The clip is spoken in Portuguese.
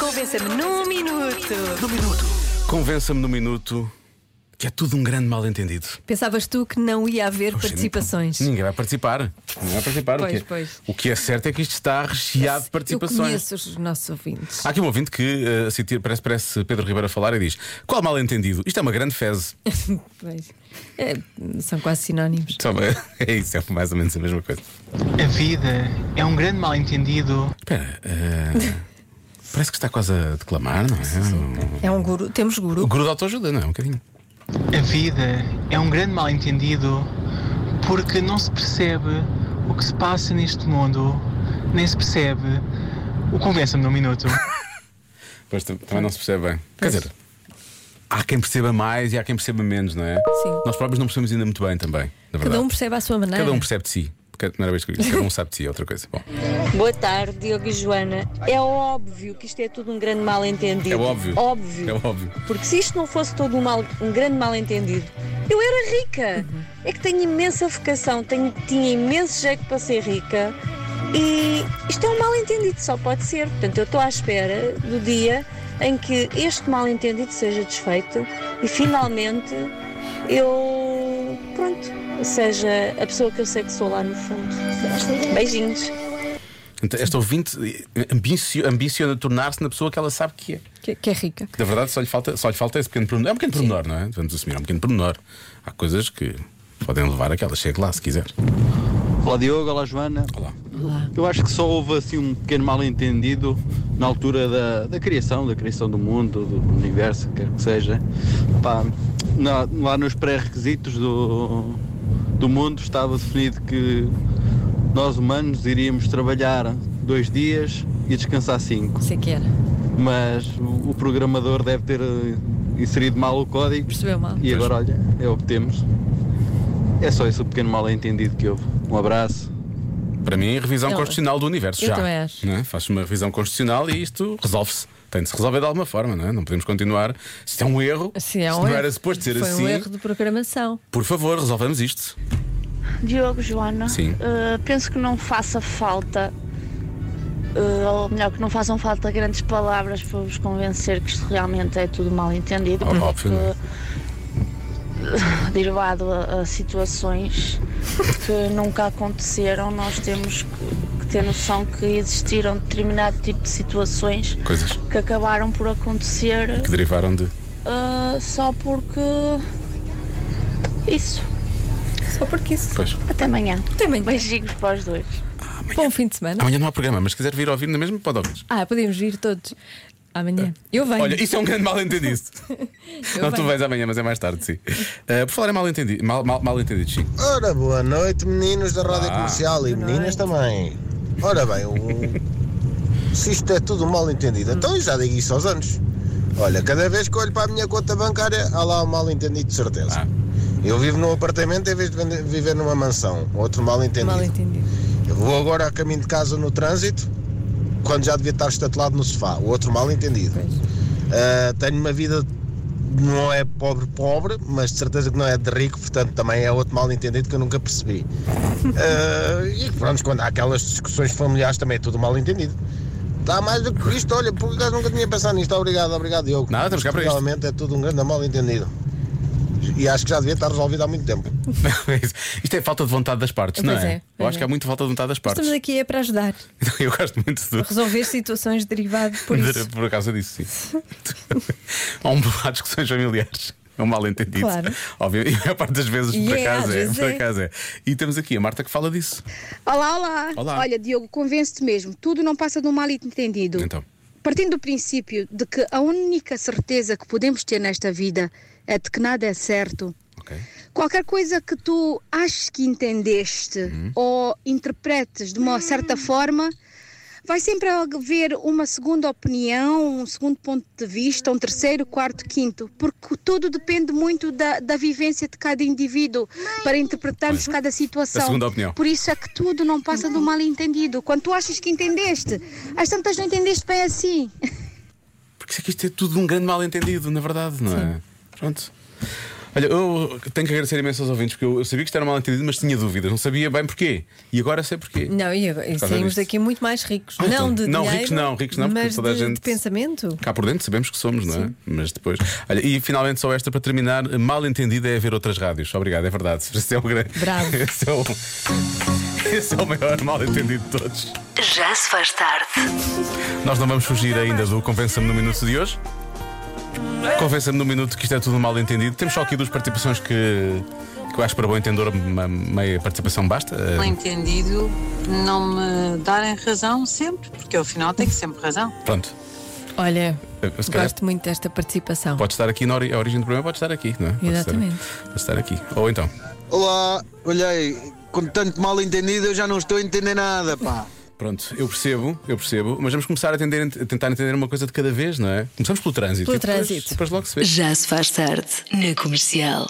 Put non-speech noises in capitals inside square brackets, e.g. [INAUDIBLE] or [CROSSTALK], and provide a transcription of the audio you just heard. Convença-me num minuto. Convença-me no minuto que é tudo um grande mal-entendido. Pensavas tu que não ia haver Oxe, participações? Ninguém vai participar. Ninguém vai participar. Pois, o, que é, pois. o que é certo é que isto está recheado de Eu participações. conheço os nossos ouvintes. [LAUGHS] Há aqui um ouvinte que eh, assim, tira- parece, parece Pedro Ribeiro a falar e diz: Qual mal-entendido? Isto é uma grande fezes. [LAUGHS] Pois. É, são quase sinónimos. Então, é isso, é mais ou menos a mesma coisa. A vida é um grande mal-entendido. Espera, eh, [LAUGHS] parece que está quase a declamar, não é? É um guru. Temos O guru. guru da autoajuda, não é? Um bocadinho. A vida é um grande mal-entendido porque não se percebe o que se passa neste mundo, nem se percebe o convença-me num minuto. Pois tam- também não se percebe bem. Pois. Quer dizer, há quem perceba mais e há quem perceba menos, não é? Sim. Nós próprios não percebemos ainda muito bem também, na é verdade. Cada um percebe à sua maneira. Cada um percebe de si. Porque Não era bem isso que eu disse, cada um sabe de si, é outra coisa. Bom, Boa tarde, Diogo e Joana. É óbvio que isto é tudo um grande mal-entendido. é óbvio. Óbvio. É óbvio. Porque se isto não fosse todo um, mal- um grande mal-entendido, eu era rica. É que tenho imensa vocação, tenho, tinha imenso jeito para ser rica. E isto é um mal-entendido, só pode ser. Portanto, eu estou à espera do dia em que este mal-entendido seja desfeito e finalmente eu. Pronto, seja a pessoa que eu sei que sou lá no fundo. Beijinhos. Então, Esta ouvinte ambicio- ambiciona tornar-se na pessoa que ela sabe que é. Que, que é rica. Na verdade, só lhe falta, só lhe falta esse pequeno pormenor. É um pequeno pormenor, não é? Vamos assumir, é um pequeno pormenor. Há coisas que podem levar a que ela chegue lá, se quiser. Olá Diogo, olá Joana. Olá. Eu acho que só houve assim um pequeno mal-entendido na altura da, da criação, da criação do mundo, do universo, quer que seja. Pá, na- lá nos pré-requisitos do, do mundo estava definido que nós humanos iríamos trabalhar dois dias e descansar cinco. Sei que era. Mas o, o programador deve ter eh, inserido mal o código Percebeu mal? e agora olha, é o que temos. É só esse o pequeno mal-entendido que houve. Um abraço. Para mim, revisão Não, constitucional do universo. eu já. também acho. Não é? Faz-se uma revisão constitucional e isto resolve-se. Tem de se resolver de alguma forma, não é? Não podemos continuar. Se é um erro, Sim, é se um não erro. era suposto ser Foi assim, um erro de programação. por favor, resolvamos isto. Diogo, Joana, Sim. eh, penso que não faça falta, eh, ou melhor, que não façam falta grandes palavras para vos convencer que isto realmente é tudo mal entendido, Ó- porque óbvio, não é? [LAUGHS] derivado a, a situações que nunca aconteceram, nós temos que, que ter noção que existiram determinado tipo de situações Coisas que acabaram por acontecer que derivaram de. eh, só porque isso. Só porque isso. Pois. Até amanhã. Também. Beijinhos para os dois. Bom fim de semana. Amanhã não há programa, mas se quiser vir ouvir na mesma, pode ouvir. Ah, podemos vir todos amanhã. Eu venho. Olha, isso é um grande mal-entendido. eu Não, tu venho. vais amanhã, mas é mais tarde, sim. Eh, por falar em mal-entendido, mal, mal, [LAUGHS] mal-entendido, Chico. Ora, boa noite, meninos da Rádio Ah. Comercial e meninas também. Ora bem, o- se isto é tudo mal entendido, então eu já digo isso aos anos. Olha, cada vez que olho para a minha conta bancária, há lá um mal entendido de certeza. Ah. Eu vivo num apartamento em vez de vende- viver numa mansão. Outro mal entendido. Mal entendido. Eu vou agora a caminho de casa no trânsito, quando já devia estar estatelado no sofá. O outro mal entendido. Ah, tenho uma vida, não é pobre, pobre, mas de certeza que não é de rico, portanto também é outro mal entendido que eu nunca percebi. Ah, e pronto, quando há aquelas discussões familiares também é tudo mal entendido. Está mais do que isto, olha, por acaso nunca tinha pensado nisto. Obrigado, obrigado, Diogo. Nada, estamos cá para isto. Realmente é tudo um grande mal entendido. E acho que já devia estar resolvido há muito tempo. Não, é isso. Isto é falta de vontade das partes, não Pois é? é, Eu pois é. acho que há muita falta de vontade das partes. Então, Estamos aqui é para ajudar. Eu gosto muito do, Resolver situações derivadas por Por, isso. por causa disso, [LAUGHS] sim. há, um, há discussões familiares. É um mal-entendido. Claro. Óbvio, e a maior parte das vezes, E por é, acaso, às é, vezes por é. acaso é. E temos aqui a Marta que fala disso. Olá, olá. Olá. Olha, Diogo, convence-te mesmo. Tudo não passa de um mal entendido. Então, Partindo do princípio de que a única certeza que podemos ter nesta vida é de que nada é certo. ok. Qualquer coisa que tu aches que entendeste Uhum. ou interpretes de uma certa forma, vai sempre haver uma segunda opinião, um segundo ponto de vista, um terceiro, quarto, quinto, porque tudo depende muito da, da vivência de cada indivíduo para interpretarmos Olha, cada situação. a segunda opinião. Por isso é que tudo não passa do mal entendido. Quando tu achas que entendeste, às tantas não entendeste bem assim. Porque isso é que isto é tudo um grande mal-entendido, na verdade, não é? Pronto. Olha, eu tenho que agradecer imenso aos ouvintes, porque eu eu sabia que isto era mal entendido, mas tinha dúvidas, não sabia bem porquê. E agora sei porquê. Não, e agora- e causa saímos disto. daqui muito mais ricos. Ah, não então. de Não, dinheiro, ricos não, ricos não, porque mas toda a de, gente- de pensamento. Cá por dentro sabemos que somos, não é? Mas depois. Olha, e finalmente só esta para terminar. Mal entendido é haver outras rádios. Obrigado, é verdade. [LAUGHS] Esse é o grande. Bravo. [LAUGHS] Esse é o, esse é o maior mal entendido de todos. Já se faz tarde. Nós não vamos fugir ainda do Convença-me no Minuto de hoje. Convença-me no Minuto que isto é tudo um mal entendido. Temos só aqui duas participações que, que eu acho que para bom entendedor uma meia participação basta. Eh, Mal entendido, não me darem razão sempre, porque ao final tenho sempre razão. Eh, Pronto. Olha, Eh, Se calhar gosto muito desta participação. pode estar aqui na ori- a origem do problema, pode estar aqui, não é? Pode estar- Exatamente. pode estar aqui. Ou então. Olá, olhei, com tanto mal entendido eu já não estou a entender nada, pá. Pronto, eu percebo, eu percebo, mas vamos começar a, tender- a tentar entender uma coisa de cada vez, não é? Começamos pelo trânsito. Pelo e depois- trânsito. Depois logo se vê. Já se faz tarde na comercial.